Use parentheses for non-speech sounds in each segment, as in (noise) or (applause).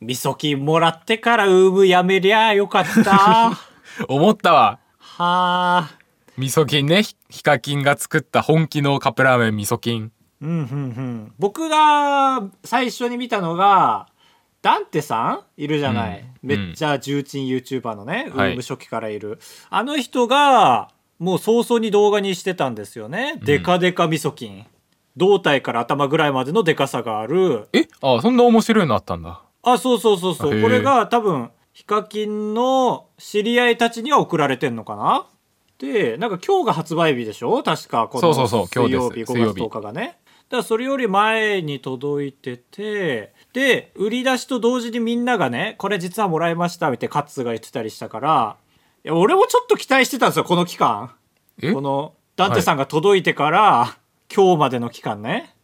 みそきもらってからウーブやめりゃよかった (laughs) は思ったわ。あ味噌菌ね。ヒヒカキンが作った本気のカップラーメン味噌菌。うんうんうん僕が最初に見たのがダンテさんいるじゃない、うんめっちゃ重鎮 YouTuber のね、はいウーブ初期からいるあの人がもう早々に動画にしてたんですよね、デカデカみそきん胴体から頭ぐらいまでのデカさがあるえあ、そんな面白いのあったんだ。あそうそうそうそへうーこれが多分ヒカキンの知り合いたちには送られてんのかなでなんか今日が発売日でしょ確かこのそうそうそう今水日です曜日水5曜日月10日がねだからそれより前に届いててで売り出しと同時にみんながねこれ実はもらいましたみたいなカッツーが言ってたりしたからいや俺もちょっと期待してたんですよこの期間えこのダンテさんが届いてから、今日までの期間ね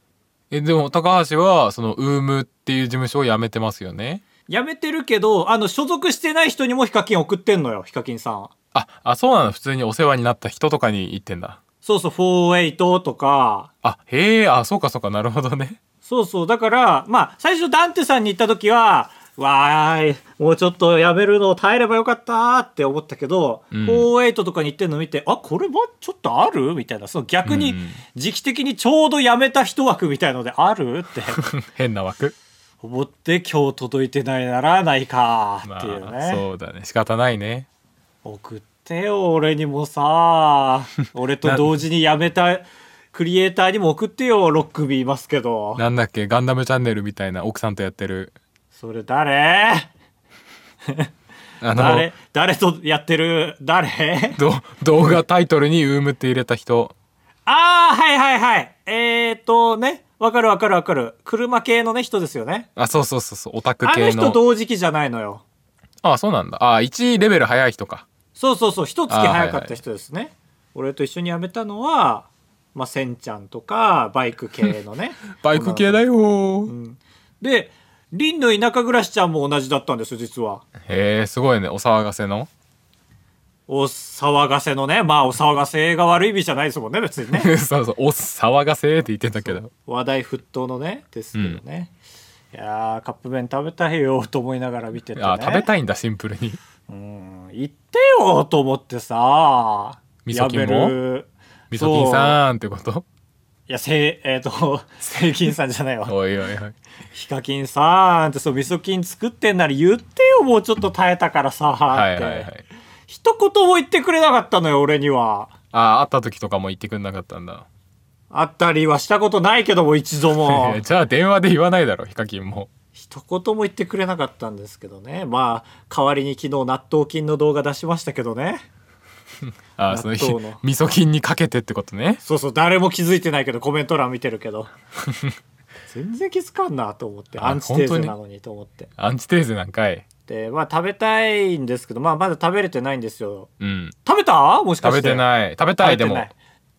え、でも高橋は、その、ウームっていう事務所を辞めてますよね。やめてるけど、あの、所属してない人にもヒカキン送ってんのよ、ヒカキンさんは。あ、あ、そうなの普通にお世話になった人とかに言ってんだ。そうそう、48とか。あ、へえ、あ、そうかそうか、なるほどね。 (laughs) そうそう、だから、まあ、最初ダンテさんに行った時は、わーい、もうちょっとやめるのを耐えればよかったーって思ったけど、うん48とかに行ってんの見て、あ、これはちょっとあるみたいな、その逆にうん、時期的にちょうどやめた一枠みたいのであるって変な枠。思って、今日届いてないならないかーっていうね。まあ、そうだね。仕方ないね。送ってよ俺にも (laughs) さ俺と同時に辞めたクリエイターにも送ってよロックビーいますけどなんだっけ、ガンダムチャンネルみたいな奥さんとやってる。それ誰あの誰、誰とやってる誰ど動画タイトルにウームって入れた人。ああはいはいはいえー、っとねわかるわかるわかる車系のね人ですよねあ、そうそうそうそう、オタクあの系人の。同時期じゃないのよあそうなんだ。あ1レベル早い人か。そうそうそう一月あーはいはい早かった人ですね、俺と一緒に辞めたのはまあせんちゃんとかバイク系の (laughs) ねバイク系だよー、で、リンの田舎暮らしちゃんも同じだったんですよ、実は。へえ、すごいね。お騒がせの。 (laughs) お騒がせのね、まあお騒がせが悪い意味じゃないですもんね、別に (laughs) ね。そうそう、お騒がせって言ってたけど。話題沸騰のね、ですけどね。いやー、カップ麺食べたいよと思いながら見てて、ね。あ食べいたいんだ、シンプルに。うん、行ってよと思ってさ、みそきんもやめるみそきんさんってこといや、せい、えっ、 (laughs) と、せいきんさんじゃないわ。おいおいおい。ヒカキンさんって、そう、みそきん作ってんなら言ってよ、もうちょっと耐えたからさ、はっいはいてはい。一言も言ってくれなかったのよ、俺には。あ会った時とかも言ってくんなかったんだ。あったりはしたことないけども一度 (laughs) もじゃあ電話で言わないだろ、ヒカキンも。一言も言ってくれなかったんですけどねまあ代わりに昨日納豆菌の動画出しましたけどねあその納豆のみそきんにかけてってことね。そうそう誰も気づいてないけどコメント欄見てる (laughs) けど全然気づかんなと思ってあアンチテーゼ本当になのにと思ってアンチテーゼなんかい。でまあ食べたいんですけどまあまだ食べれてないんですようん。食べたもしか食しべてていない。食べたい、でも。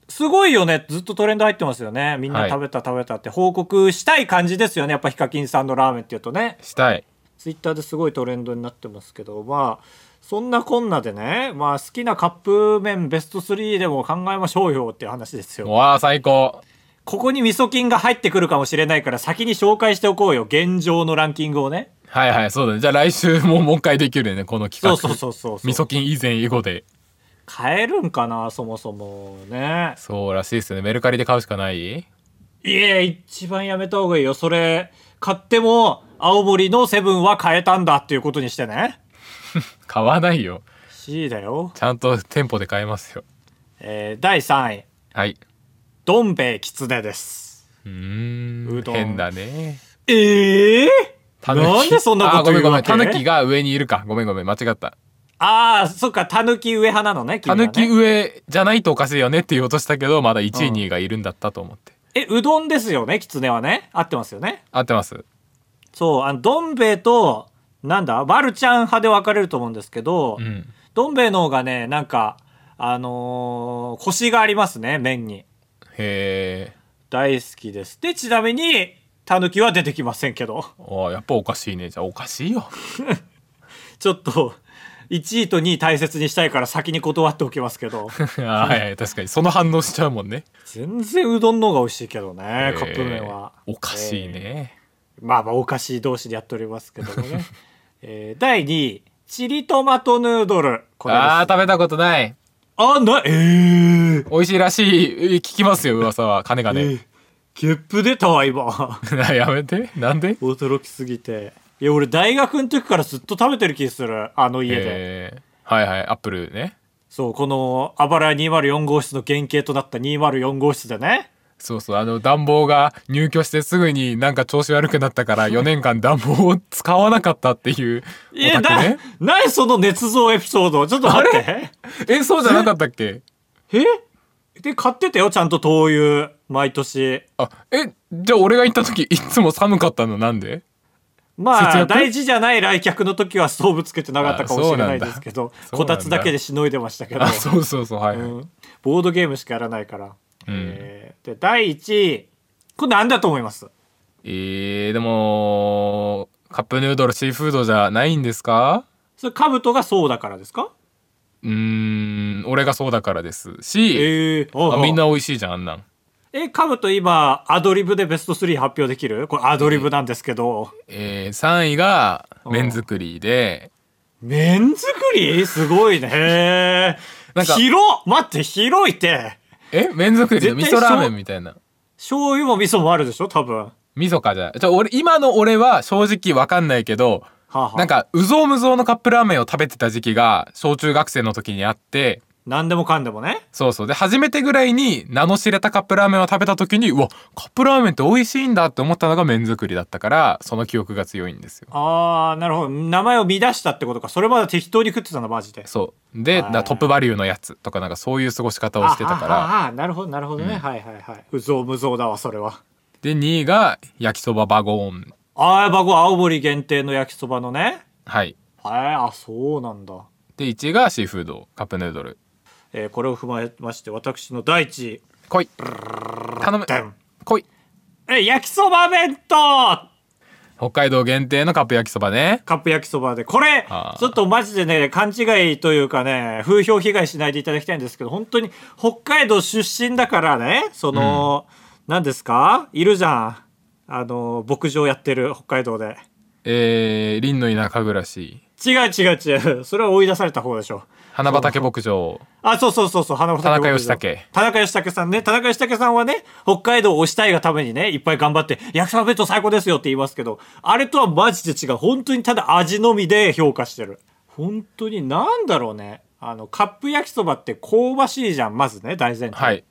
すごいよねずっとトレンド入ってますよねみんはない食べた食べたって報告したい感じですよねやっぱヒカキンさんのラーメンっていうとねしたい。ツイッターですごいトレンドになってますけどまあそんなこんなでね、まあ、好きなカップ麺ベスト3でも考えましょうよっていう話ですよ。わあ、最高。ここに味噌菌が入ってくるかもしれないから先に紹介しておこうよ。現状のランキングをね。はいはい、そうだね。じゃあ来週ももう一回できるよね、このそ企う画。そうそうそうそう。みそきん以前以後で。買えるんかな、そもそもね。そうらしいですね。メルカリで買うしかないいえ、一番やめた方がいいよ。それ、買っても青森のセブンは買えたんだっていうことにしてね。買わないよ。 C だよ。ちゃんと店舗で買えますよ。えー、第3位、はい。どん兵衛きつねです。うーん。うどん変だね。ええたぬきなんでそんなこと言うわけあ、ごめんごめん。タヌキが上にいるか。ごめんごめん。間違った。ああ、そっか、たぬき上派なのね、君たはねぬき上じゃないとおかしいよねって言おうとしたけど、まだ1位、うん2位がいるんだったと思って。え、うどんですよね、きつねはね。合ってますよね。合ってます。そう、あの、どん兵衛と、なんだ、マルちゃん派で分かれると思うんですけど、うん。どん兵衛の方がね、なんか、あのー、コシがありますね、麺に。へえ。大好きです。で、ちなみに、たぬきは出てきませんけど、 (laughs) あやっぱおかしいね。じゃあおかしいよ。 (laughs) ちょっと、1位と2位大切にしたいから先に断っておきますけ (laughs) ど、あはいはい、確かに。その反応しちゃうもんね。全然うどんの方が美味しいけどね、へーカップ麺は。おかしいね。まあまあお菓子同士でやっておりますけどもね、 (laughs) えー第2位チリトマトヌードルこれですああ、食べたことない。あなえー、美味しいらしい、え聞きますよ、噂は。金がえね。ーゲップ出たわ今 (laughs) な (laughs) やめて。なんで驚きすぎていや俺大学の時からずっと食べてる気するあの家で、えー、はいはい、アップルね。そうこのあばらや204号室の原型となった204号室でねそうそう、あの、暖房が入居してすぐになんか調子悪くなっ (laughs) たから、4年間暖房を使わなかったっていう。いやお宅なね。何その捏造エピソードちょっと待ってえ、そうじゃなかったっけえで買ってたよちゃんと灯油毎年あ、え、じゃあ俺が行った時、いつも寒かったのなん (laughs) でま節あ約大事じゃない来客の時はストーブつけてなかったかもしれないですけどあこそうなんだたつだけでしのいでましたけどあ、そうそうそう、はい。はいうんボードゲームしかやらないから、うんえーで第1位これ何だと思いますえー、でも、カップヌードルシーフードじゃないんですかそれカブトがそうだからですかうーん、俺がそうだからですし、ええあみんな美味しいじゃん、あんなん。えカブト今アドリブでベスト3発表できるこれアドリブなんですけど、えー、3位が麺作りで、麺作りすごいねへ (laughs) なんーか広っ待って広いってえ麺作りの味絶対噌ラーメそうンみたいな。醤油も味噌もあるでしょ多分は味噌かじゃない。ちょ、俺、今の俺は正直わかんないけど、あはあなんか、うぞうむぞうのカップラーメンを食べてた時期が、小中学生の時にあって、何でもかんでもねそうそう。で、初めてぐらいに名の知れたカップラーメンを食べた時に、うわ、カップラーメンって美味しいんだって思ったのが麺作りだったから、その記憶が強いんですよ。ああなるほど名前を見出したってことかそれまで適当に食ってたのマジでそう。で、はいだトップバリューのやつとかなんかそういう過ごし方をしてたあから。あああなるほどなるほどね、はいはいはいうぞうむぞうだわそれはで、2位が焼きそばバゴーン。ああばご青森限定の焼きそばのねはい。はいあそうなんだで、1位がシーフード、カップヌードル。えーこれを踏まえまして私の第一位来い。頼む。ダン来い。え焼きそば弁当北海道限定のカップ焼きそばね。カップ焼きそばでこれあーちょっとマジでね勘違いというかね風評被害しないでいただきたいんですけど本当に北海道出身だからねその、何ですかいるじゃんあの牧場やってる北海道でえー、林の田舎暮らし。違う違う違うそれは追い出された方でしょ花畑牧場。あそうそうそうそう花畑田牧場中義武田中義武さんね田中義武さんはね北海道を推したいがためにねいっぱい頑張って焼きそば弁当最高ですよって言いますけどあれとはマジで違う本当にただ味のみで評価してる本当になんだろうねあのカップ焼きそばって香ばしいじゃんまずね大前提、はい。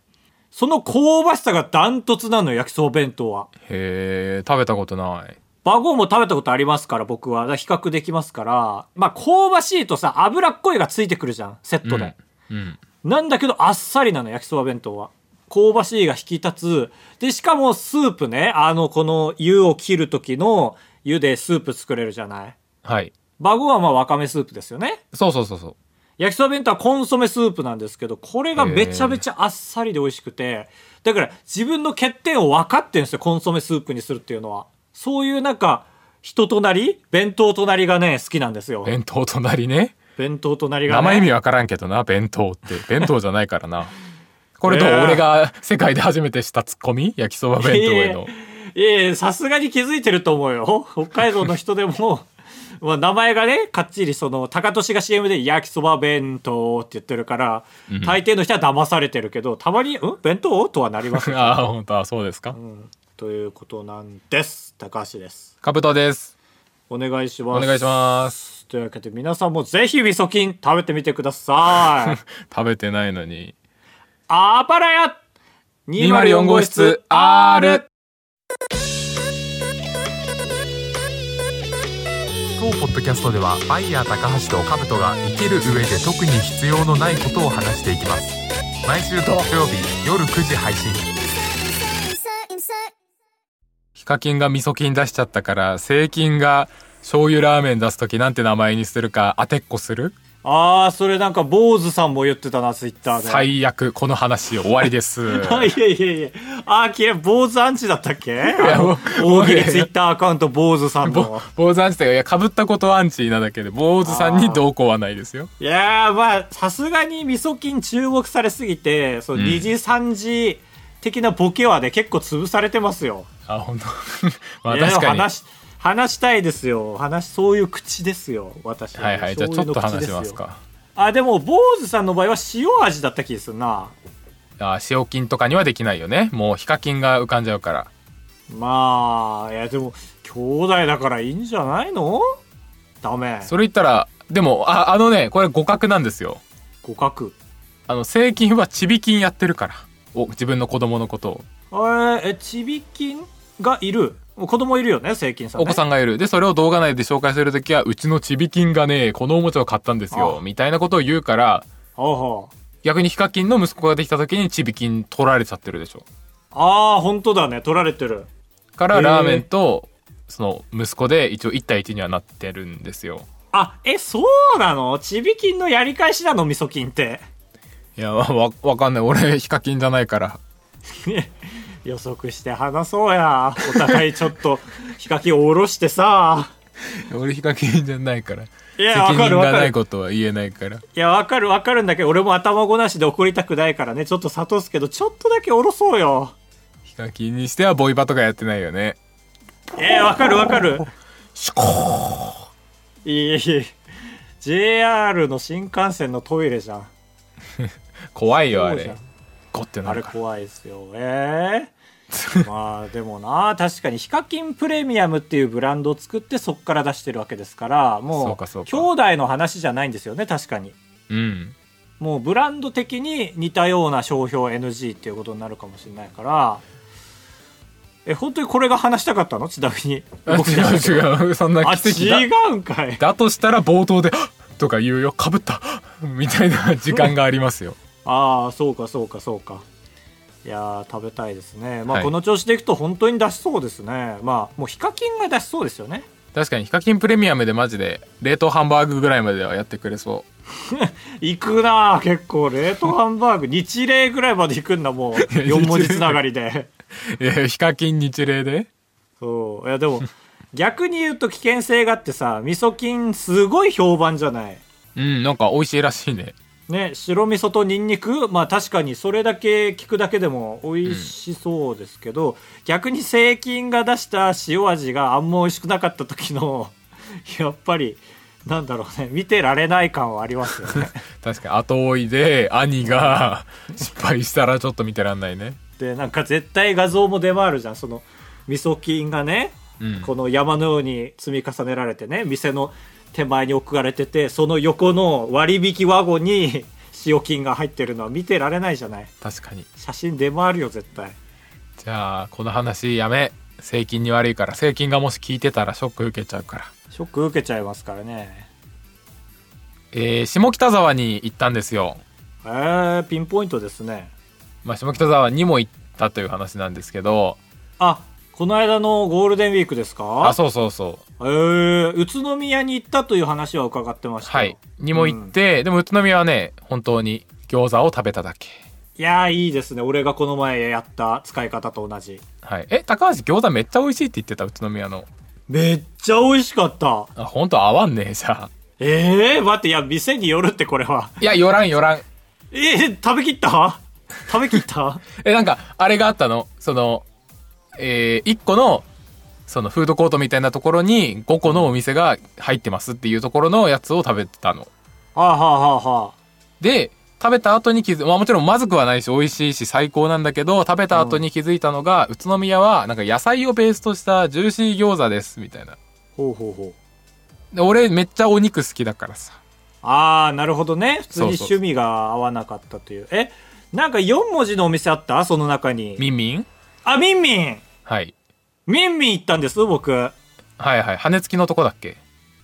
その香ばしさがダントツなのよ焼きそば弁当はへー、食べたことない。バゴーも食べたことありますから僕はだから比較できますからまあ香ばしいとさ脂っこいがついてくるじゃんセットで、うん。なんだけどあっさりなの焼きそば弁当は香ばしいが引き立つでしかもスープねあのこの湯を切る時の湯でスープ作れるじゃないはい。バゴはまあわかめスープですよねそうそうそうそう。焼きそば弁当はコンソメスープなんですけどこれがめちゃめちゃあっさりで美味しくてだから自分の欠点を分かってるんですよコンソメスープにするっていうのはそういうなんか人となり弁当となりがね好きなんですよ弁当隣ね。弁当となりが、ね、名前意味わからんけどな、弁当って。弁当じゃないか (laughs) らな。これどう、えー俺が世界で初めてしたツッコミ焼きそば弁当への。いやいやさすがに気づいてると思うよ。北海道の人でも、 (laughs) まあ名前がね、かっちりその、高利が CM で焼きそば弁当って言ってるから、大抵の人は騙されてるけど、たまに、うん弁当とはなりますよ。 (laughs) ああ、本当はそうですか。ということなんです。高橋です。カブトです。お願いします。お願いします。す。というわけで皆さんもぜひ味噌菌食べてみてくださ (laughs) い。食べてないのに。あばらや204号室 R! 当ポッドキャストではバイヤー高橋とカブトが生きる上で特に必要のないことを話していきます毎週土曜日夜9時配信 insert, insert. ヒカキンが味噌菌出しちゃったから聖菌が醤油ラーメン出す時なんて名前にするか当てっこするああ、それなんか坊主さんも言ってたな、ツイッターで。最悪この話終わりですあいやいやいや。あ、きれい、坊主アンチだったっけあのもう大喜利いやいやツイッターアカウント坊主さんぼの。坊主アンチというかいやかぶったことアンチなだけで坊主さんにどうこうはないですよいやー、まあ、さすがに味噌菌注目されすぎて、その2時3時的なボケはね、結構潰されてますよ。あ本当 (laughs) まあいや確かに話し話したいですよ話そういう口ですよ私ははいはいじゃあちそょうっいうのと口で話しよますかあでも坊主さんの場合は塩味だった気がするなあ塩菌とかにはできないよねもうヒカキンが浮かんじゃうからまあいやでも兄弟だからいいんじゃないのダメそれ言ったらでもああのねこれ互角なんですよ互角あの成菌はちび菌やってるからお自分の子供のことをえーえちびきんがいるもう子供いるよね成菌さん、ね、お子さんんがいるでそれを動画内で紹介するときはうちのちび菌がねこのおもちゃを買ったんですよあみたいなことを言うからほうほう逆にヒカキンの息子ができた時にちび菌取られちゃってるでしょああ本当だね取られてるからへーラーメンとその息子で一応1対1にはなってるんですよあえそうなのちびきんのやり返しなのみそきんっていやわわわかんない俺ヒカキンじゃないから予測して話そうやお互いちょっとヒカキンを下ろしてさ俺ヒカキンじゃないからいやわ責か任るわがかないることは言えないからいやわかるわかるんだけど俺も頭ごなしで怒りたくないからねちょっと諭すけどちょっとだけ下ろそうよヒカキンにしてはボイパとかやってないよねえー、わかるわかるいいいい JR の新幹線のトイレじゃん怖いよあそうじゃんれゴってなあれるから怖いですよええ (laughs) まあでもな確かにヒカキンプレミアムっていうブランドを作ってそっから出してるわけですからそうもかそううか兄弟の話じゃないんですよね確かにうんもうブランド的に似たような商標 NG っていうことになるかもしれないからえ本当にこれが話したかったのちなみにあ違 (laughs) う (laughs) 違うそんなあ奇跡違だうんかいだとしたら冒頭ではっとか言うよかぶった (laughs) はっみたいな時間がありますよああそうかそうかそうかいやー食べたいですねまあ、はいこの調子でいくと本当に出しそうですねまあもうヒカキンが出しそうですよね確かにヒカキンプレミアムでマジで冷凍ハンバーグぐらいまではやってくれそ行くなあ結構冷凍ハンバーグ日例ぐらいまで行くんだもうや (laughs) 4文字つながりでういやヒカキン日例でそういやでも逆に言うと危険性があってさ味噌菌すごい評判じゃないうんなんか美味しいらしいねね白味噌とニンニクまあ確かにそれだけ聞くだけでも美味しそうですけど、逆に成菌が出した塩味があんま美味しくなかった時の (laughs) やっぱりなんだろうね見てられない感はありますよ (laughs) ね確かに後追いで兄が失敗したらちょっと見てらんないねでなんか絶対画像も出回るじゃんその味噌菌がね、うんこの山のように積み重ねられてね店の手前に置かれててその横の割引ワゴンに塩菌が入ってるのは見てられないじゃない確かに写真出回るよ絶対じゃあこの話やめ税金に悪いから税金がもし聞いてたらショック受けちゃうから、ショック受けちゃいますからね。えー下北沢に行ったんですよ、えー、ピンポイントですね。まあ、下北沢にも行ったという話なんですけどあ、この間のゴールデンウィークですかあそうそうそうえー、宇都宮に行ったという話は伺ってました。はい。にも行って、でも宇都宮はね本当に餃子を食べただけいやー、いいですね。俺がこの前やった使い方と同じ。はいえ高橋餃子めっちゃ美味しいって言ってた宇都宮のめっちゃ美味しかった。あ本当合わんねえじゃあええー、待って、いや、店によるってこれは。いやよらんよらんえー、食べきった食べきった (laughs) え、なんか、あれがあったのその、えー、1個の、そのフードコートみたいなところに5個のお店が入ってますっていうところのやつを食べてたの。はあはあはあはあ。で、食べた後に気づ、まあもちろんまずくはないし美味しいし最高なんだけど、食べた後に気づいたのが、宇都宮はなんか野菜をベースとしたジューシー餃子です、みたいな。ほうほうほう。で俺めっちゃお肉好きだからさ。ああなるほどね普通にそうそうそう趣味が合わなかったというえなんか4文字のお店あったその中にみんみんあみんみんはい。みんみん行ったんです僕はいはい。羽根付きのとこだっけ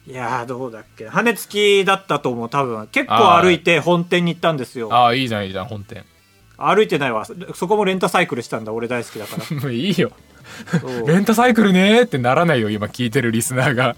いやーどうだっけ羽根付きだったと思う多分結構歩いて本店に行ったんですよああ、いいじゃんいいじゃん、本店。 (laughs) 歩いてないわそそこもレンタサイクルしたんだ俺大好きだかもういいよ。らそうレンタサイクルねーってならないよ、今聞いてるリスナーが。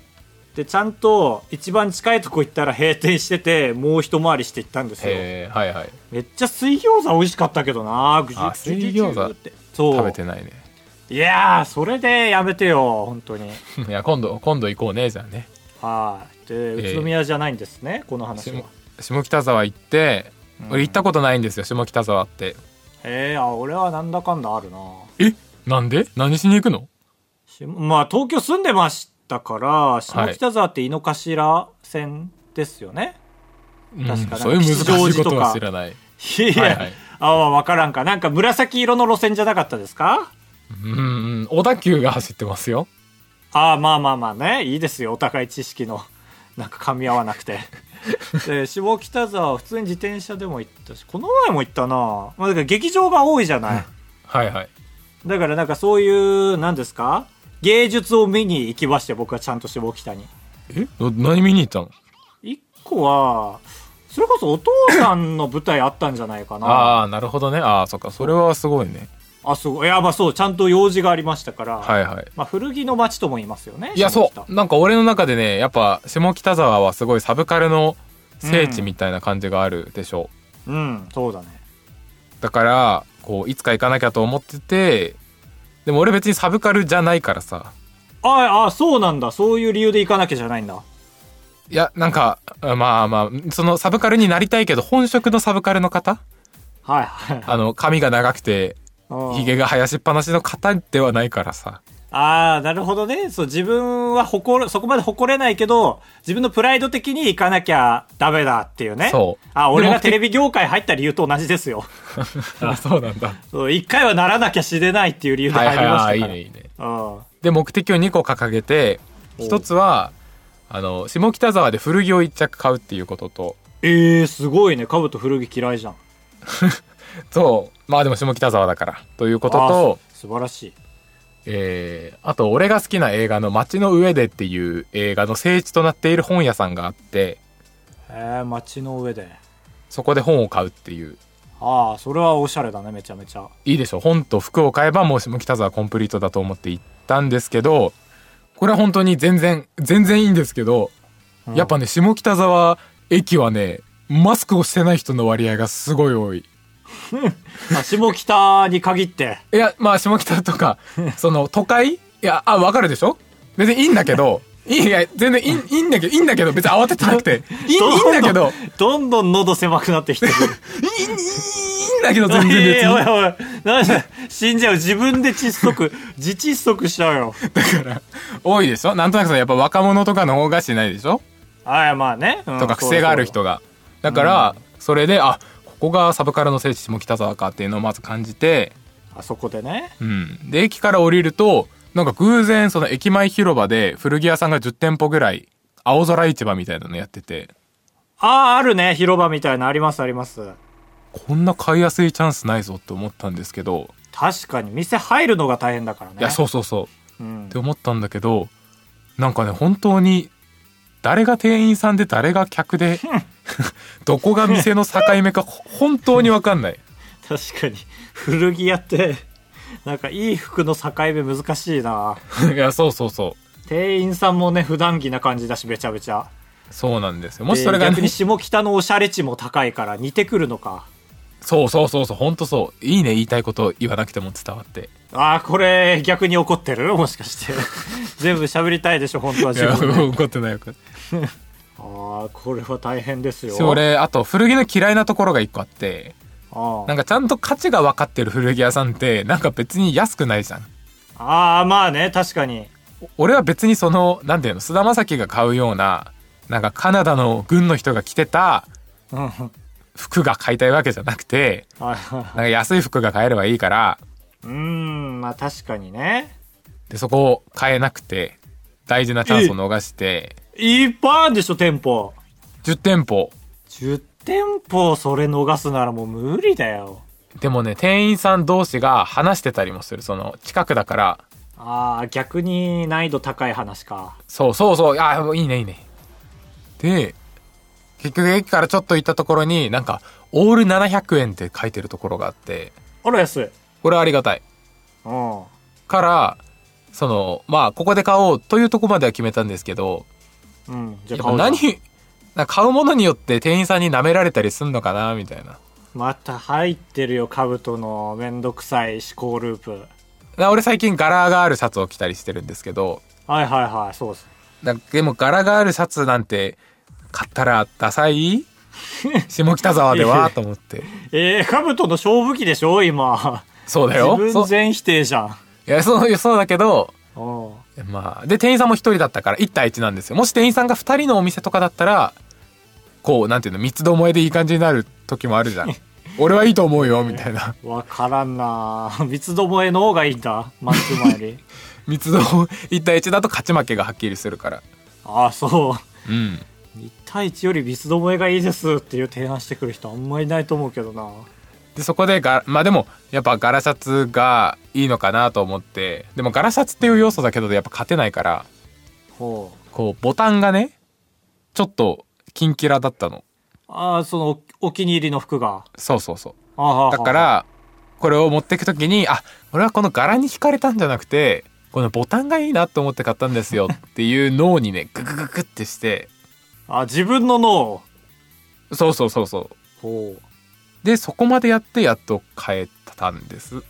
でちゃんと一番近いとこ行ったら閉店しててもう一回りして行ったんですよへえはいはいめっちゃ水餃子美味しかったけどなぐじゅあ水餃子ぐじゅぐじゅってそう食べてないね (laughs) いやーそれでやめてよ本当にいや今度今度行こうねじゃあねはい。で、ええ宇都宮じゃないんですね、この話は下。下北沢行ってうん俺行ったことないんですよ下北沢ってへえ、あ、俺はなんだかんだあるな。えなんで何しに行くのしまあ東京住んでましたから下北沢って井の頭線ですよね、うん確かそういう難しいことは知らない。い、や、はいはいああ分からんかなんか紫色の路線じゃなかったですかうんうん、小田急が走ってますよ。ああまあまあまあねいいですよお互い知識の (laughs) なんか噛み合わなく (laughs) てで下北沢は普通に自転車でも行ったしこの前も行ったな、まあ、だから劇場が多いじゃないはいはい。だからなんかそういう何ですか芸術を見に行きまして僕はちゃんと下北にえ何見に行ったの一個はそれこそお父さんの舞台あったんじゃないかなあああ、なるほどね。ああ、そっか。それはすごいね。すごいいやまあそうちゃんと用事がありましたから、はいはい。まあ、古着の街とも言いますよねいや、下そ北う。なんか俺の中でね、やっぱ下北沢はすごいサブカルの聖地みたいな感じがあるでしょうんそうだねう。だから、こう、いつか行かなきゃと思ってて、でも俺別にサブカルじゃないからさ。ああそうなんだそういう理由で行かなきゃじゃないんだいや、なんか、まあまあ、そのサブカルになりたいけど、本職のサブカルの方はいはいあの、髪が長くて、うんヒゲが生やしっぱなしの方ではないからさ。ああなるほどねそう自分は誇るそこまで誇れないけど自分のプライド的に行かなきゃダメだっていうねそうあ俺でが目的テレビ業界入った理由と同じですよあ、 (laughs) そうなん (laughs) だ。そう一回はならなきゃ死ねないっていう理由ではい入りはい、ましたあから、ーいいね、いいね。うんで、目的を2個掲げて、お1つは、あの、下北沢で古着を1着買うっていうことと、えー、すごいね。カブト古着嫌いじゃん。そう、まあでも下北沢だから、ということあと、ーす素晴らしい。えー、あと俺が好きな映画の街の上でっていう映画の聖地となっている本屋さんがあって、えー、街の上で。そこで本を買うっていうああ、それはおしゃれだね、めちゃめちゃ。いいでしょ本と服を買えばもう下北沢コンプリートだと思って行ったんですけどこれは本当に全然全然いいんですけど、うんやっぱね下北沢駅はねマスクをしてない人の割合がすごい多い (laughs) あ下北に限って。いやまあ下北と (laughs) かその都会いやあわかるでしょ別にいいんだけどいやいや全然いいいいんだけどいいんだけど別に慌ててなくていいいいんだけどどんどん喉狭くなってきてる。いいいいいいんだけど (laughs) 全然別いやいに (laughs) やおいおい。なんで、死んじゃう。自分で窒息。 (laughs) 自窒息しちゃうよ。多いでしょなんとなくさやっぱ若者とかの方がしないでしょああ、まあね。うんとか癖がある。人が。だから、それで、あ、ここがサブカルの聖地下北沢かっていうのをまず感じて、そうそうあそこでね。うん。で、駅から降りると、なんか偶然その駅前広場で古着屋さんが10店舗ぐらい、青空市場みたいなのやってて、ああ、あるね。広場みたいな。あります、あります。こんな買いやすいチャンスないぞって思ったんですけど、確かに、店入るのが大変だからね。。いや、そううそうそう。うんっ、て思ったんだけどなんかね本当に誰が店員さんで誰が客で (laughs) どこが店の境 (laughs) 目かほ本当に分かんない確かに古着屋ってなんかいい服の境目難しいないやそうそうそ店員さんもね普段着な感じだしめちゃめちゃうそうなんですよもしそれでが、逆ねに、下北のおしゃれ値も高いから似てくるのかそうそうそうそう本当そういいね言いたいこと言わなくても伝わってああこれ逆に怒ってるもしかして (laughs) 全部喋りたいでしょ本当はい自や分で怒ってないよああこれは大変ですよし俺あと古着の嫌いなところが一個あってあなんかちゃんと価値が分かってる古着屋さんってなんか別に安くないじゃんああまあね確かに俺は別にそのなんていうの菅田将暉が買うようななんかカナダの軍の人が着てたうん (laughs) はい服が買いたいわけじゃなくてはいはなんか安い服が買えればいいからいうーんまあ確かにねでそこを買えなくて大事なチャンスを逃していっぱいあるでしょ店舗10店舗10店舗それ逃すならもう無理だよでもね店員さん同士が話してたりもするその近くだからああ逆に難易度高い話かそうそうそうああいいねいいねで結局駅からちょっと行ったところになんかオール700円って書いてるところがあってあら安いこれはありがたいうんからそのまあここで買おうというとこまでは決めたんですけどうんじゃやあっぱ買おう何なんか買うものによって店員さんに舐められたりすんのかなみたいな。また入ってるよカブトのめんどくさい思考ループな俺最近柄があるシャツを着たりしてるんですけどはいはいはいそうですなでも柄があるシャツなんて買ったらダサ (laughs) い下北沢ではと思ってえー、カブトの勝負機でしょ今そうだ自よ分そう全否定じゃんいやそうそうだけどおうまあ、で店員さんも一人だったから1対1なんですよもし店員さんが2人のお店とかだったらこうなんていうの三つどもえでいい感じになる時もあるじゃん俺はいいと思うよみたいなわからんなぁ三つどもえの方がいいんだマッチョ前 (laughs) に三つども1対1だと勝ち負けがはっきりするからああそううん1対1より三つどもえがいいですっていう提案してくる人あんまいないと思うけどなでそこでがまあでもやっぱガラシャツがいいのかなと思ってでもガラシャツっていう要素だけどやっぱ勝てないからほうこうボタンがねちょっとキンキラだったのああそのおお気に入りの服がそうそうそうああはあだからこれを持っていく時にあ俺はこの柄に惹かれたんじゃなくてこのボタンがいいなと思って買ったんです (laughs) よっていう脳にねググググってしてあ自分の脳そうそうそうそうほうでそこまでやってやっと変えたんです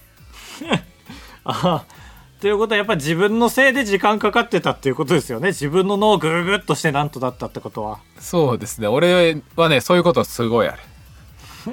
あということはやっぱり自分のせいで時間かかってたっていうことですよね自分の脳をグーグッとしてなんとだったってことはそうですね俺はねそういうことすごいあ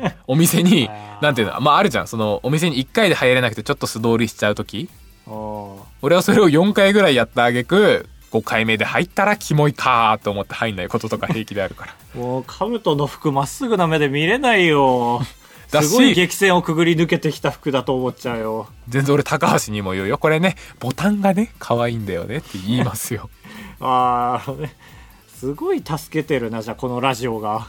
る (laughs) お店にあーなんていうのまああるじゃんそのお店に1回で入れなくてちょっと素通りしちゃう時おー俺はそれを4回ぐらいやったあげく5回目で入ったらキモいかーと思って入んないこととか平気であるからもうカブトの服まっすぐな目で見れないよ (laughs) だしすごい激戦をくぐり抜けてきた服だと思っちゃうよ全然俺高橋にも言うよこれねボタンがね可愛いんだよねって言いま (laughs) すよああすごい助けてるなじゃあこのラジオが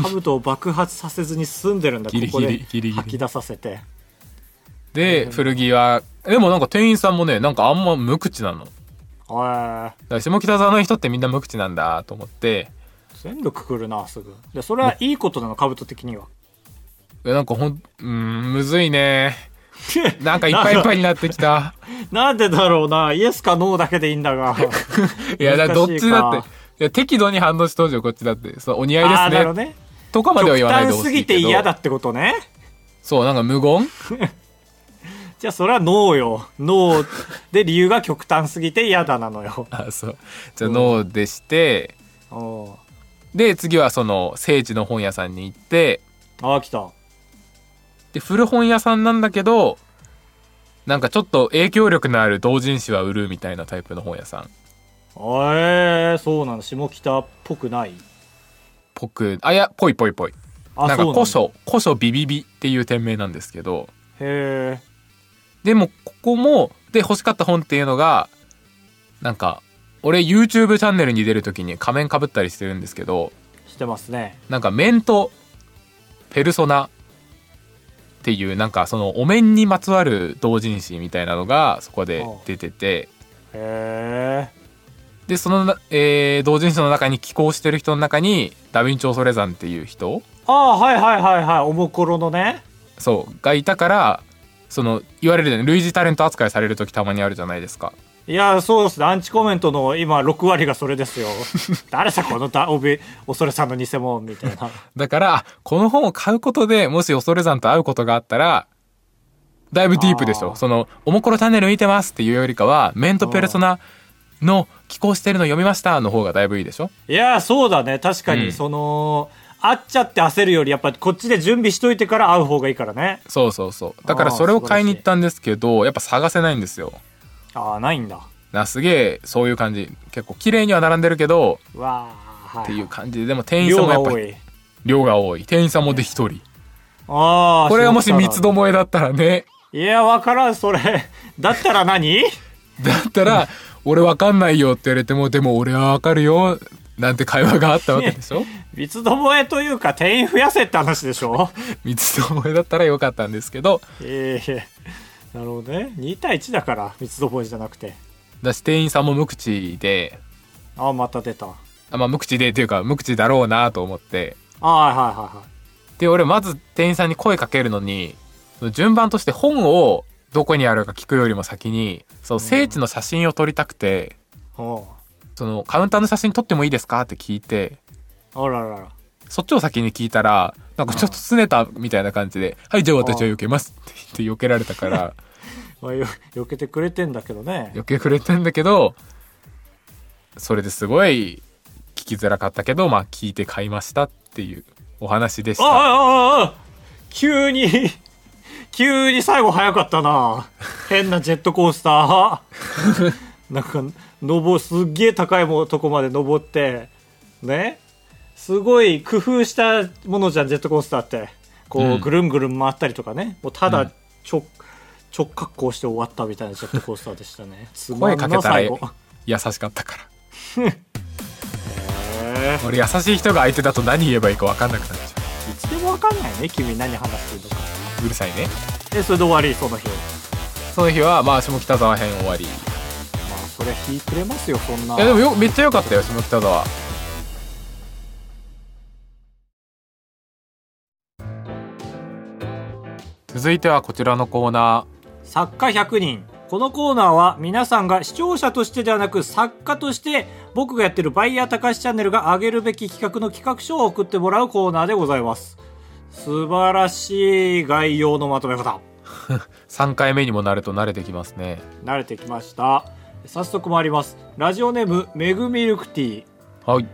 カブトを爆発させずに進んでるんだギリギリここでギリギリ吐き出させてで古着はでもなんか店員さんもねなんかあんま無口なのだかおいら下北沢の人ってみんな無口なんだと思って全部くくるなすぐでそれはいいことなのカブト的にはえなんかほんうーんむず (laughs) いねなんかいっぱいいっぱいになってきたなんでだろうなイエスかノーだけでいいんだが (laughs) いやだからどっ難しちいかだっていや適度に反応して当時こっちだってそうお似合いであすあねなるほどねとかまでは言極わないで端ほしすいぎけてど嫌だってことねそうなんか無言 (laughs) じゃあそれはノーよノーで理由が極端すぎて嫌だなのよあそうじゃあノーでしておうで次はその聖地の本屋さんに行ってああ来たで古本屋さんなんだけどなんかちょっと影響力のある同人誌は売るみたいなタイプの本屋さんあえー、そうなの下北っぽくないぽくあいやぽいぽいぽいあなんかそうこそこそビビビっていう店名なんですけどへえでもここもで欲しかった本っていうのがなんか俺 YouTube チャンネルに出る時に仮面かぶったりしてるんですけどしてますねなんか面とペルソナっていうなんかそのお面にまつわる同人誌みたいなのがそこで出ててへえでそのな、えー同人誌の中に寄稿してる人の中にダ・ヴィンチ・オソレザンっていう人ああはいはいはいはいおもころのねそうがいたからその言われるじゃない類似タレント扱いされる時たまにあるじゃないですかいやそうですねアンチコメントの今6割がそれ (laughs) ですよ誰さこのだおび恐れさんの偽物みたいなだからあこの本を買うことでもし恐れ山と会うことがあったらだいぶディープでしあょーその「おもころチャンネル見てます」っていうよりかは「メントペルソナの寄稿してるの読みました」の方がだいぶいいでしょいやそうだね確かうにんその、会っちゃって焦るよりやっぱこっちで準備しといてから会う方がいいからねそうそうそうだからあーそれを買いに行ったんですけどやっぱ探せないんですよああないんだなすげえそういう感じ結構綺麗には並んでるけどうわあ、はっていうい、感じででも店員さ量んもやがっぱ多りい量が多い店員さんもで一人ああこれがもし下北三だつどもえだったらねいや、わからん、それ。だったら何 (laughs) だったら「俺わかんないよ」って言われても「でも俺はわかるよ」なんて会話があったわけでしょ三つどもえというか、店員増やせって話でしょ三つどもえだったらよかったんですけどええなるほどね。2対1だから、三つどもえじゃなくて。だし店員さんも無口であ、また出た。ああまあ無口でっていうか無口だろうなと思ってはいはいはいはい。で俺まず店員さんに声かけるのにその順番として本をどこにあるか聞くよりも先にそう聖地の写真を撮りたくておそのカウンターの写真撮ってもいいですかって聞いてうあららら。そっちを先に聞いたらなんかちょっと拗ねたみたいな感じで「はいじゃあ私は避けます」って言って避けられたから。 (laughs) まあ、よ、避けてくれてんだけどね。余計触れてんだけどそれですごい聞きづらかったけどまあ聞いて買いましたっていうお話でしああたああああ急に、 (laughs) 急に最後早かったな。変なジェットコースター。 (laughs) なんか登すっげえ高いもとこまで登ってねすごい工夫したものじゃんジェットコースターってこう、うんぐるんぐるん回ったりとかねもうただちょ、直滑降して終わったみたいなジェットコースターでしたねつま声んかけなたら最優後しかったからへ俺優しい人が相手だと何言えばいいか分かんなくなっちゃえいつでもわかんないね君何話してるのかううるさいねでそれで終わりその日その日はまあ下北沢編終わりいまあそりゃ日暮れますよそんなやでもよめっちゃ良かったよ下北沢続いてはこちらのコーナ作家100人このコーナーは皆さんが視聴者としてではなく作家として僕がやってるバイヤー高橋チャンネルが上げるべき企画の企画書を送ってもらうコーナーでございます素晴らしい概要のまとめ方ー3回目にもなると慣れてきますね慣れてきました早速参りますラジオネームめぐみルクティーはい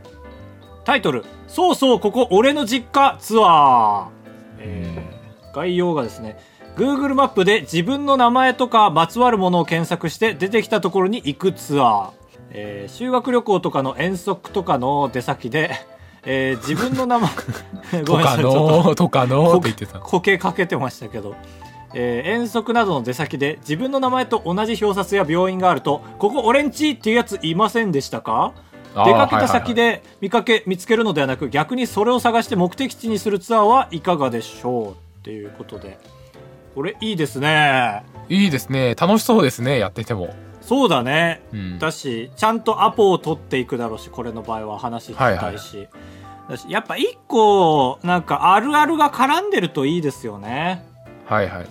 タイトル「そうそうここ俺の実家ツアー」えー概要がですね Google マップで自分の名前とかまつわるものを検索して出てきたところに行くツアー、えー修学旅行とかの遠足とかの出先で、えー自分の名前 (laughs) とごめんなかさいちょっとのとかのって言ってたこけかけてましたけど、えー遠足などの出先で自分の名前と同じ表札や病院があるとここ俺んちっていうやついませんでしたかあー出かけた先で見かけ見つけるのではなく逆にそれを探して目的地にするツアーはいかがでしょうっていうことでこれいいですねいいですね楽しそうですねやっててもそうだね、うんだしちゃんとアポを取っていくだろうしこれの場合は話聞きたいし,、だしやっぱ一個なんかあるあるが絡んでるといいですよねはいはい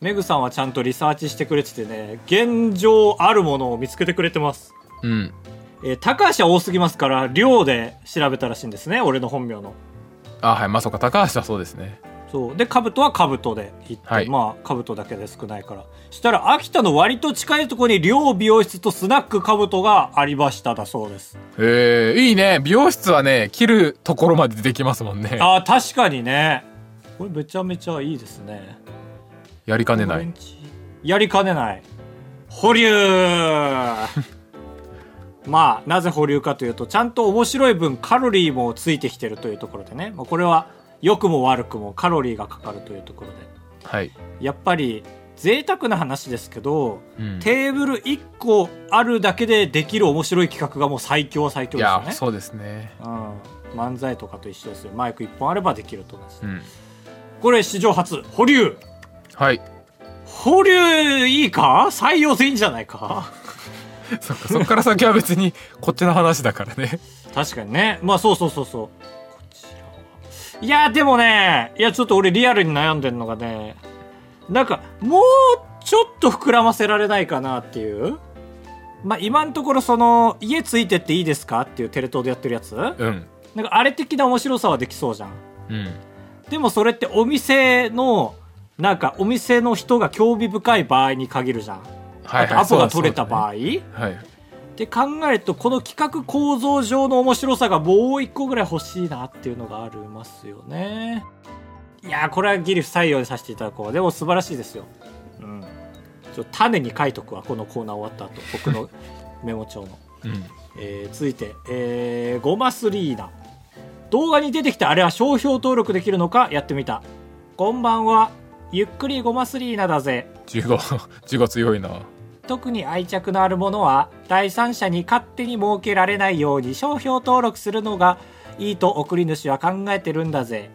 メグさんはちゃんとリサーチしてくれててね現状あるものを見つけてくれてます、うんえー高橋は多すぎますから寮で調べたらしいんですね俺の本名のあはいまあそうか高橋はそうですねそうで兜は兜で行って、はいまあ兜だけで少ないからしたら秋田の割と近いところに寮美容室とスナック兜がありましただそうですえー、いいね美容室はね切るところまでできますもんねあー確かにねこれめちゃめちゃいいですねやりかねなオレンいジやりかねない保 (laughs) 留まあなぜ保留かというとちゃんと面白い分カロリーもついてきてるというところでね、まあ、これは良くも悪くもカロリーがかかるというところではい、やっぱり贅沢な話ですけど、うん、いテーブル1個あるだけでできる面白い企画がもう最強は最強ですよやねそうですねうん、漫才とかと一緒ですよマイク1本あればできると同じ、うんこれ史上初保留はい保留いいか採用でいいんじゃないかそっかそっから先は別にこっちの話だからね確かにねまあそうそうそうそうこちらはいやでもねいやちょっと俺リアルに悩んでんのがねなんかもうちょっと膨らませられないかなっていうまあ今のところその家ついてっていいですかっていうテレ東でやってるやつなんか (laughs) うんあれ的な面白さはできそうじゃんうんでもそれってお店のなんかお店の人が興味深い場合に限るじゃん、はいあとアポがそ取うだれた場合、そうだねはいって考えるとこの企画構造上の面白さがもう一個ぐらい欲しいなっていうのがありますよねいやーこれはギリ不採用でさせていただこうでも素晴らしいですようんちょ種に書いとくわこのコーナー終わった後僕のメモ帳の、うんえー続いて、えー、ゴマスリーナ動画に出てきたあれは商標登録できるのかやってみたこんばんはゆっくりゴマスリーナだぜ15 (laughs) 15強いな特に愛着のあるものは第三者に勝手に設けられないように商標登録するのがいいと送り主は考えてるんだぜ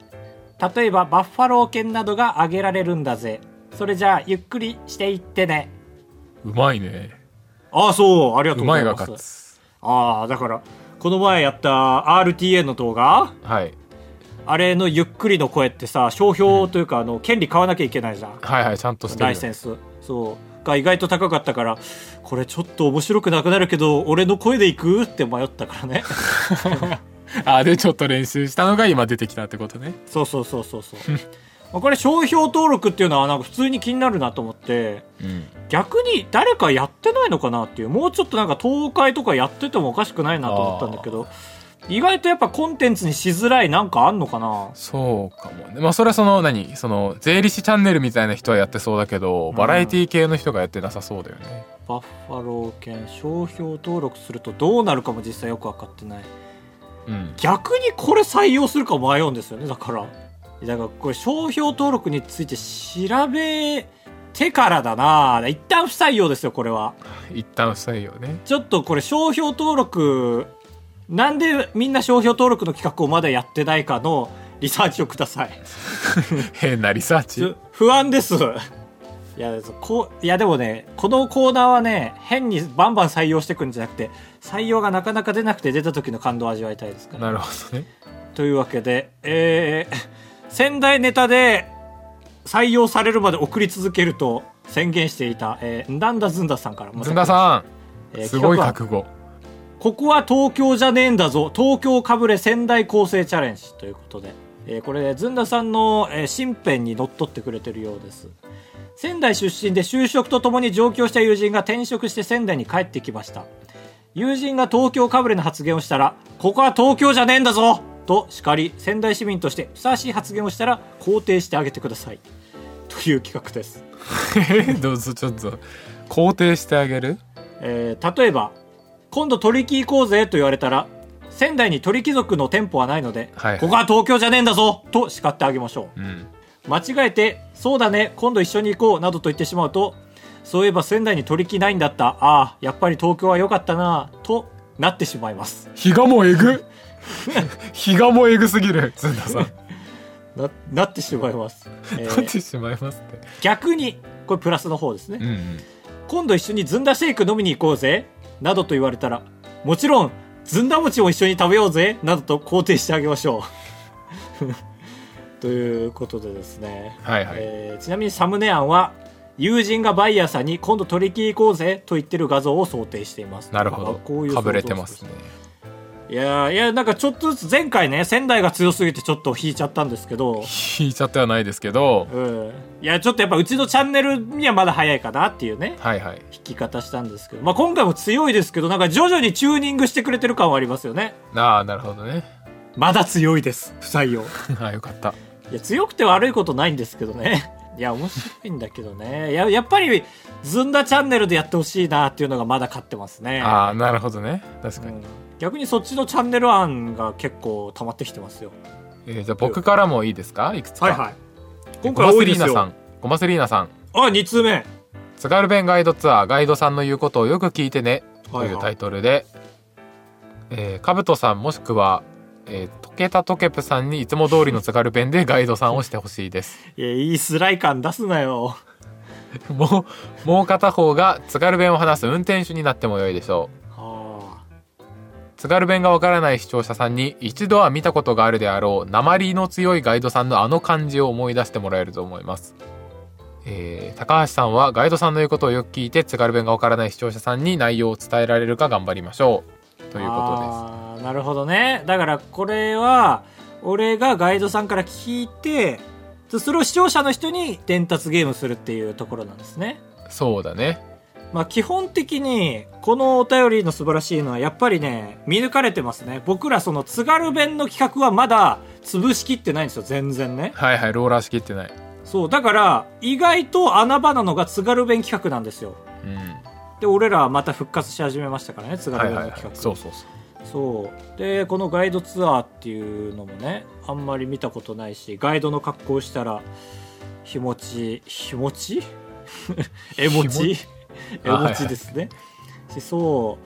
例えばバッファロー犬などが挙げられるんだぜそれじゃあゆっくりしていってねうまいねああそうありがうまいが勝つああだからこの前やった RTA の動画はいあれのゆっくりの声ってさ商標というか、あの権利買わなきゃいけないじゃんはいはいちゃんとしてるライセンスそうが意外と高かったからこれちょっと面白くなくなるけど俺の声でいくって迷ったからねあでちょっと練習したのが今出てきたってことねそうそうそうそうそうまあこれ商標登録っていうのはなんか普通に気になるなと思ってうん逆に誰かやってないのかなっていうもうちょっとなんか東海とかやっててもおかしくないなと思ったんだけど意外とやっぱコンテンツにしづらいなんかあんのかなそうかもね。まあそれはその何その税理士チャンネルみたいな人はやってそうだけど、バラエティ系の人がやってなさそうだよね。バッファロー犬商標登録するとどうなるかも実際よく分かってないうん。逆にこれ採用するか迷うんですよねだからだからこれ商標登録について調べてからだな一旦不採用ですよこれは一旦不採用ね。 (laughs) ちょっとこれ商標登録なんでみんな商標登録の企画をまだやってないかのリサーチをください変なリサーちょチ。不安ですいやこういやでもねこのコーナーはね変にバンバン採用していくんじゃなくて採用がなかなか出なくて出た時の感動を味わいたいですからなるほどね。というわけで、えー、仙台ネタで採用されるまで送り続けると宣言していた、えー、んだんだずんださんからずんだん、さえん、ーすごい企画案覚悟。ここは東京じゃねえんだぞ東京かぶれ仙台構成チャレンジということで、えーこれずんださんの、えー、身辺にのっとってくれてるようです仙台出身で就職とともに上京した友人が転職して仙台に帰ってきました友人が東京かぶれの発言をしたらここは東京じゃねえんだぞと叱り仙台市民としてふさわしい発言をしたら肯定してあげてくださいという企画ですえ (laughs) どうぞちょっと肯定してあげるえー例えば今度取り木行こうぜと言われたら仙台に鳥貴族の店舗はないので、はいここは東京じゃねえんだぞと叱ってあげましょうんう間違えて「そうだね今度一緒に行こう」などと言ってしまうとそういえば仙台に取り木ないんだったああやっぱり東京は良かったなとなってしまいます日がもうえぐ日がもうえぐすぎるずんださんななってしまいます、 (laughs) えーなってしまいますって逆にこれプラスの方ですね、うんうん今度一緒にずんだシェイク飲みに行こうぜなどと言われたらもちろんずんだ餅も一緒に食べようぜなどと肯定してあげましょう (laughs) ということでですね、はいはい、えーちなみにサムネ案は友人がバイヤーさんに今度取り木行こうぜと言ってる画像を想定していますなるほあこういどう想像かぶれてますねいやーいやなんかちょっとずつ前回ね仙台が強すぎてちょっと引いちゃったんですけど引いちゃってはないですけどうんいやちょっとやっぱうちのチャンネルにはまだ早いかなっていうねはいはい弾き方したんですけど、まあ、今回も強いですけどなんか徐々にチューニングしてくれてる感はありますよねああなるほどね (laughs) まだ強いです不採用ああよかったいや強くて悪いことないんですけどね (laughs) いや面白いんだけどねややっぱりずんだチャンネルでやってほしいなっていうのがまだ勝ってますねああなるほどね確うかに、ん逆にそっちのチャンネル案が結構溜まってきてますよえーじゃあ僕からもいいですかいくつかい今今回回はは多多いいでですすよさんゴマセリーナさんあ二2通目津軽弁ガイドツアーガイドさんの言うことをよく聞いてねはといはいいうタイトルで、えーかぶとさんもしくは、えー、とけたとけぷさんにいつも通りの津軽弁でガイドさんをしてほしいです (laughs) いやいいスライ感出すなよもうもう片方が津軽弁を話す運転手になってもよいでしょうは津軽弁がわからない視聴者さんに一度は見たことがあるであろう鉛の強いガイドさんのあの感じを思い出してもらえると思います、えー高橋さんはガイドさんの言うことをよく聞いて津軽弁がわからない視聴者さんに内容を伝えられるか頑張りましょうあというあことですーなるほどねだからこれは俺がガイドさんから聞いてそれを視聴者の人に伝達ゲームするっていうところなんですねそうだねまあ基本的にこのお便りの素晴らしいのはやっぱりね見抜かれてますね僕らその津軽弁の企画はまだ潰しきってないんですよ全然ねはいはいローラーしきってないそうだから意外と穴場なのが津軽弁企画なんですようんで俺らはまた復活し始めましたからね津軽はい弁のはい企はい画、そうそうそそうでこのガイドツアーっていうのもねあんまり見たことないしガイドの格好をしたら日持ち日持ち (laughs) 絵持ちち (laughs) 絵持ちですね、しそ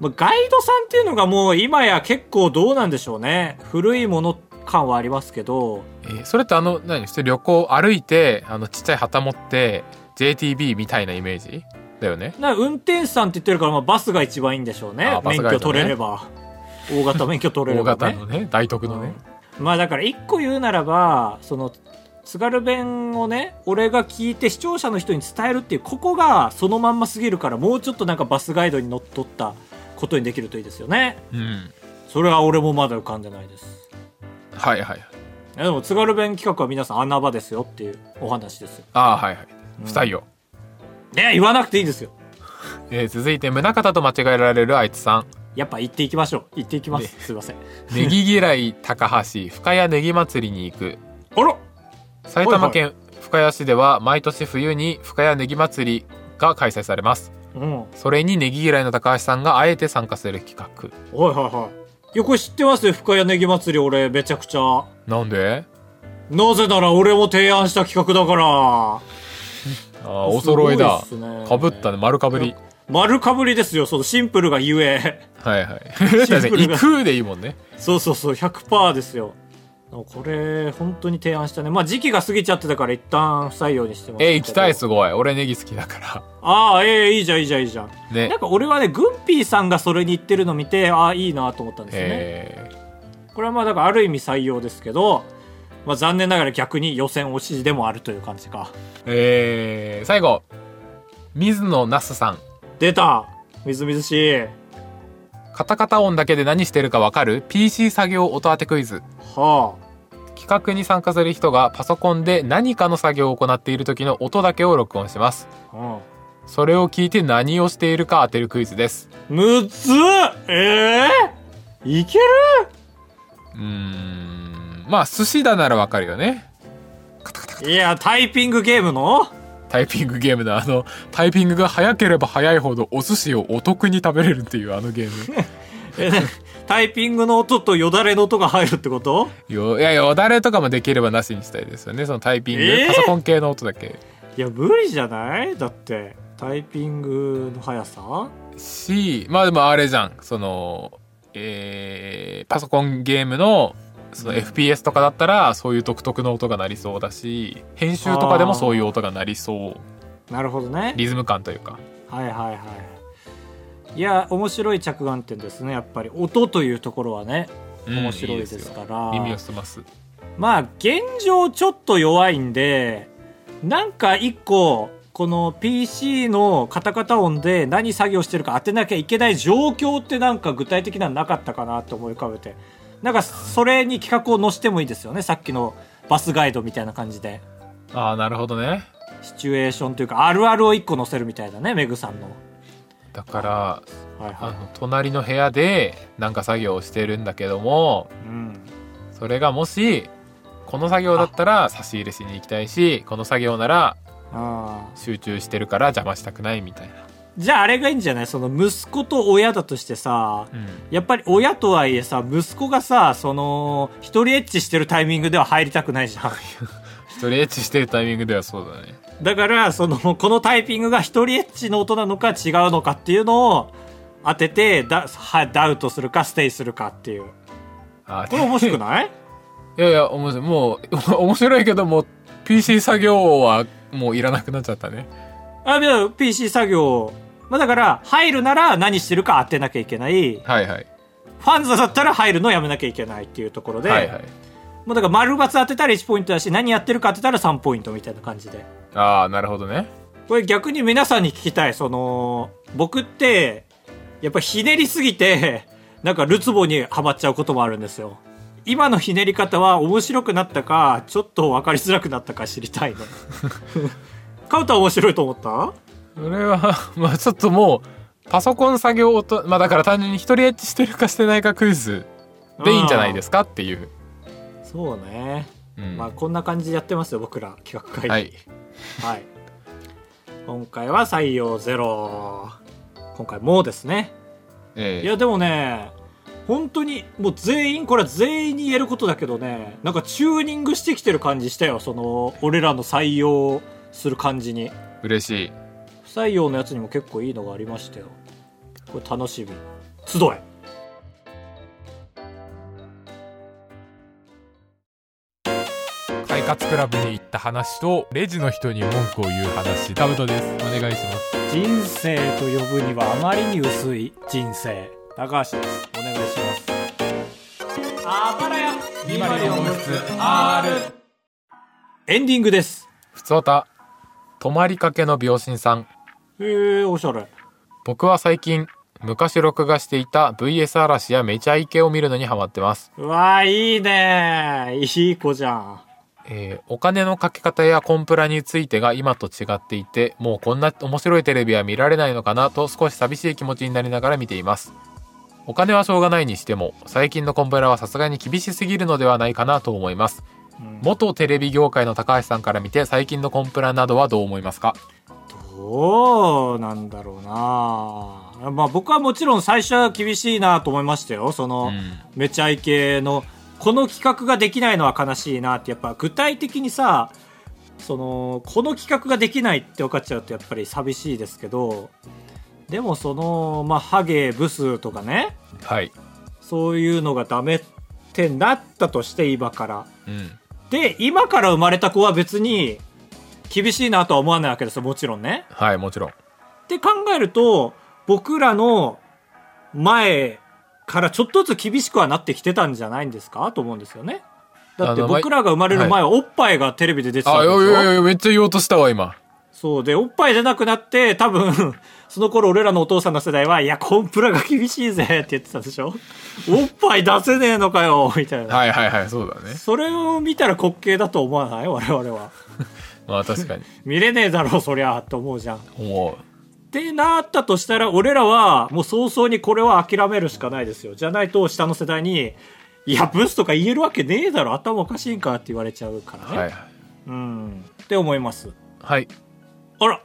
う、まあ、ガイドさんっていうのがもう今や結構どうなんでしょうね古いもの感はありますけどう、えーそれってあの何普通旅行歩いてあのちっちゃい旗持って JTB みたいなイメージだよねな運転手さんって言ってるから、まあ、バスが一番いいんでしょうねあバス免ガイドね許取れれば大型免許取れ大れば、ね、型のね大徳のね、まあだから一個言うならばその津軽弁をね俺が聞いて視聴者の人に伝えるっていうここがそのまんますぎるからもうちょっとなんかバスガイドにのっとったことにできるといいですよねうんそれは俺もまだ浮かんでないですはいはいいやでも津軽弁企画は皆さん穴場ですよっていうお話ですよああはいはい不採用、ね言わなくていいですよえー続いて宗像と間違えられるあいつさんやっぱ行っていきましょう行っていきます、すいませんネギ嫌い高橋深谷ネギ祭りに行くあら埼玉県深谷市では毎年冬に深谷ネギ祭りが開催されますうんはいそれにネギ嫌いの高橋さんがあえて参加する企画はいはいいやこれ知ってますよ深谷ネギ祭り俺めちゃくちゃなんでなぜなら俺も提案した企画だからあーお揃いだすごいっすねかぶったね丸かぶり丸かぶりですよそのシンプルがゆえ (laughs) はいはい確かにシンプル行なくでいいもんねそうそうそう100%ですよこれ本当に提案したねまあ時期が過ぎちゃってたから一旦不採用にしてますけどえ行きたいすごい俺ネギ好きだかああええいいじゃんいいじゃんいいじゃんらねなんか俺はねグンピーさんがそれに言ってるの見てああいいなと思ったんですよね、えーこれはまあだからある意味採用ですけど、まあ、残念ながら逆に予選推しでもあるという感じかえー最後水野那須さん出たみずみずしいカタカタ音だけで何してるかわかる PC 作業音当てクイズはあ企画に参加する人がパソコンで何かの作業を行っている時の音だけを録音しますうんそれを聞いて何をしているか当てるクイズですむつええいけるうーんまあ寿司だならわかるよねいやタイピングゲームのタイピングゲームのあのタイピングが早ければ早いほどお寿司をお得に食べれるっていうあのゲームえタイピングの音とよだれの音が入るってことよいやよだれとかもできればなしにしたいですよねそのタイピング、えーパソコン系の音だけいや無理じゃないだってタイピングの速さしまあでもあれじゃんそのえーパソコンゲームのその FPS とかだったらそういう独特の音が鳴りそうだし編集とかでもそういう音が鳴りそうなるほどねリズム感というかはいはいはいいや面白い着眼点ですねやっぱり音というところはねうん面白いですから、耳を澄ますまあ現状ちょっと弱いんでなんか一個この PC のカタカタ音で何作業してるか当てなきゃいけない状況ってなんか具体的なのなかったかなと思い浮かべてなんかそれに企画を載せてもいいですよねさっきのバスガイドみたいな感じでああなるほどねシチュエーションというかあるあるを一個載せるみたいだねメグさんのだからはいあはの隣の部屋でなんか作業をしてるんだけどもい、うん、それがもしこの作業だったら差し入れしに行きたいしこの作業ならあー集中してるから邪魔したくないみたいな、じゃああれがいいんじゃないその息子と親だとしてさうん、やっぱり親とはいえさ息子がさその一人エッチしてるタイミングでは入りたくないじゃん (laughs) ストレッチしてるタイミングではそうだねだからそのこのタイピングが一人エッチの音なのか違うのかっていうのを当ててだはダウトするかステイするかっていうあこれ面白くいない (laughs) いやいや面白いもう (laughs) 面白いけどもう PC 作業はもういらなくなっちゃったねあでも PC 作業まあだから入るなら何してるか当てなきゃいけないフはいはいァンザだったら入るのやめなきゃいけないっていうところで、はいはいもうだから丸×当てたら1ポイントだし何やってるか当てたら3ポイントみたいな感じでああなるほどねこれ逆に皆さんに聞きたいその僕ってやっぱひねりすぎて (laughs) なんかるつぼにはまっちゃうこともあるんですよ今のひねり方は面白くなったかちょっと分かりづらくなったか知りた (laughs) いねカウター面白いと思ったそれは (laughs) まあちょっともうパソコン作業音まあだから単純に一人エッチしてるかしてないかクイズでいいんじゃないですかっていう、そうね、うんまあこんな感じでやってますよ僕ら企画会議はいはい、今回は採用ゼロ今回もうですねえいえやでもね本当にもう全員これは全員に言えることだけどねなんかチューニングしてきてる感じしたよその俺らの採用する感じに嬉しい不採用のやつにも結構いいのがありましたよこれ楽しみ集え快活クラブに行った話とレジの人に文句を言う話タブトですお願いします人生と呼ぶにはあまりに薄い人生高橋ですお願いしますあばらやエンディングですふつおた泊まりかけの秒針さんへえおしゃれ僕は最近昔録画していた VS 嵐やめちゃイケを見るのにハマってます、うわいいねいい子じゃんえーお金のかけ方やコンプラについてが今と違っていてもうこんな面白いテレビは見られないのかなと少し寂しい気持ちになりながら見ていますお金はしょうがないにしても最近のコンプラはさすがに厳しすぎるのではないかなと思います元テレビ業界の高橋さんから見て最近のコンプラなどはどう思いますかどうなんだろうなまあ僕はもちろん最初は厳しいなと思いましたよその、んめちゃイケのこの企画ができないのは悲しいなってやっぱ具体的にさそのこの企画ができないって分かっちゃうとやっぱり寂しいですけどでもそのまあハゲブスとかねはい、そういうのがダメってなったとして今からうん、で今から生まれた子は別に厳しいなとは思わないわけですよもちろんねはいもちろんって考えると僕らの前からちょっとずつ厳しくはなってきてたんじゃないんですかと思うんですよねだってあのま僕らが生まれる前はおっぱいがテレビで出てたあんいでやいやいしょやめっちゃ言おうとしたわ今そうでおっぱいじゃなくなって多分 (laughs) その頃俺らのお父さんの世代はいやコンプラが厳しいぜって言ってたでしょおっぱい出せねえのかよみたいなはいはいはいそうだねそれを見たら滑稽だと思わない我々はまあ確かに見れねえだろそりゃと思うじゃん思ってなったとしたら俺らはもう早々にこれは諦めるしかないですよじゃないと下の世代に「いやブスとか言えるわけねえだろ頭おかしいんか」って言われちゃうからうね、はいうんって思いますはいあら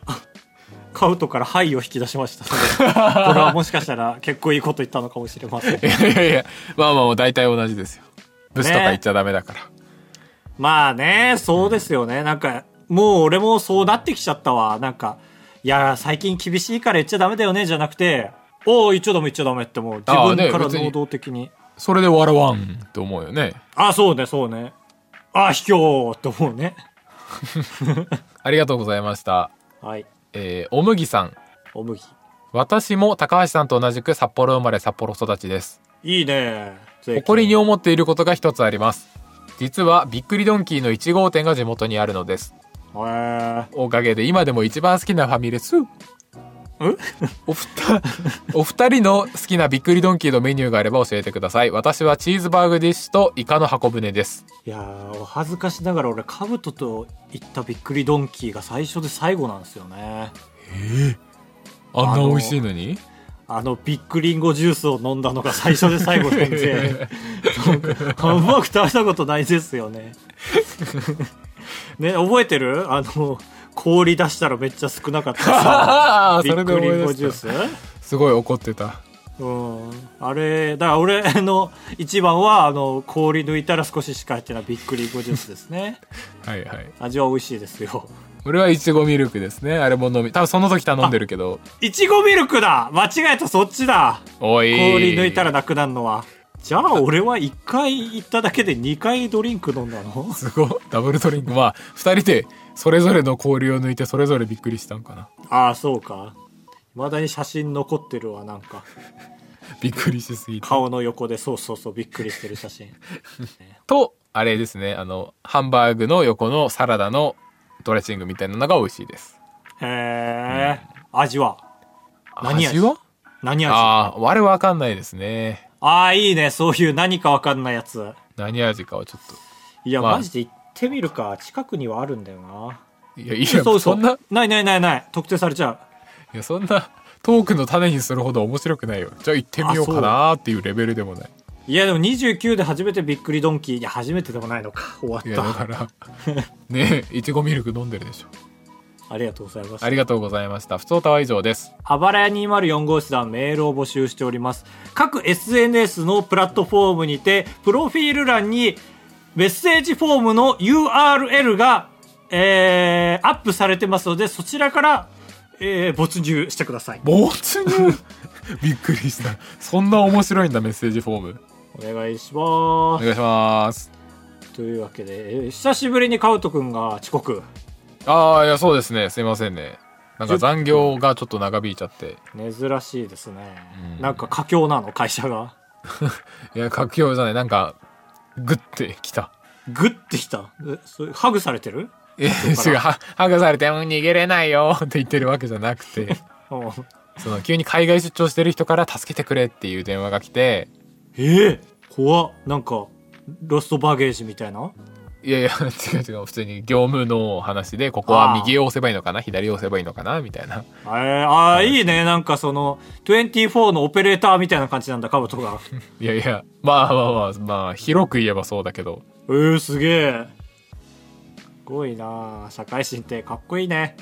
カウトから「はい」を引き出しました (laughs) のでこれはもしかしたら結構いいこと言ったのかもしれませんいやいやいやまあまあまあ大体同じですよブスとか言っちゃダメだから、まあねそうですよねなんかもう俺もそうなってきちゃったわなんか「いや最近厳しいから言っちゃダメだよね」じゃなくて「おお言っちゃダメ言っちゃダメ」ってもう自あー分ねから別に能動的に。それで笑わんと思うよねあ、そうね、そうね。あ、卑怯って思うね。ありがとうございましたはい。えーお麦さんお麦。私も高橋さんと同じく札幌生まれ札幌育ちですいいね。誇りに思っていることが一つあります実はびっくりドンキーの1号店が地元にあるのですへーおかげで今でも一番好きなファミレスおふたお二人の好きなびっくりドンキーのメニューがあれば教えてください私はチーズバーグディッシュとイカの箱舟ですいやーお恥ずかしながら俺、カブトと行ったびっくりドンキーが最初で最後なんですよね。あんな美味しい (laughs) のにあの、ビックリンゴジュースを飲んだのが最初で最後なんで、あうまく食べたことないですよね。ね、覚えてるあの、氷出したらめっちゃ少なかったさ。ああービそれッでクリン思ゴいジュー出しスたすごい怒ってたうん、あれだから俺の一番はあの氷抜いたら少ししか入ってないびっくりゴジュースですねはいはい味は美味しいですよ俺はいちごミルクですねあれも飲み多分その時頼んでるけどいちごミルクだ間違えたそっちだおい氷抜いたらなくなるのはじゃあ俺は1回行っただけで2回ドリンク飲んだのすごいダブルドリンクまあ2人でそれぞれの氷を抜いてそれぞれびっくりしたんかなああそうかいまだに写真残ってるわなんかびっくりしすぎて顔の横でそうそうそうびっくりしてる写真とあれですねあのハンバーグの横のサラダのドレッシングみたいなのが美味しいですへえ、味は何味味は何味あああ我わかんないですねあーいいねそういう何かわかんないやつ何味かはちょっいや、まあマジで行ってみるか近くにはあるんだよなといやいやそうそんないないないないない特定されちゃうやそんなトークの種にするほど面白くないよじゃあ行ってみようかなーっていうレベルでもないいやでも29で初めてびっくりドンキーいや初めてでもないのか終わっいやだたから (laughs) ねえいちごミルク飲んでるでしょありがとうございましたありがとうございました不登タは以上ですあばらや204号室ではメールを募集しております。各 SNS のプラットフォームにて、プロフィール欄にメッセージフォームの URL が、えー、アップされてますので、そちらから、えー、没入してください。没入 (laughs) びっくりしたそんな面白いんだメッセージフォームお願いしまおす。願いしますというわけで、えー久しぶりにカウト君が遅刻。ああいやそうですねすいませんねなんか残業がちょっと長引いちゃって珍しいですね。うんなんか佳境なの、会社が。いや書きようじゃないなんかグッてきたグッてきた。えそれハグされてる (laughs) え違うはハグされてもう逃げれないよ (laughs) って言ってるわけじゃなくてうんその急に海外出張してる人から助けてくれっていう電話が来てええ怖っなんかロストバゲージみたいないやいや、違う違う。普通に業務の話で、ここは右を押せばいいのかな左を押せばいいのかなみたいな。えー、ああ、いいね。なんかその、24のオペレーターみたいな感じなんだ、カブトが。いやいや、まあまあまあ、まあ、広く言えばそうだけど。えー、すげえ。すごいなあ社会人ってかっこいいね。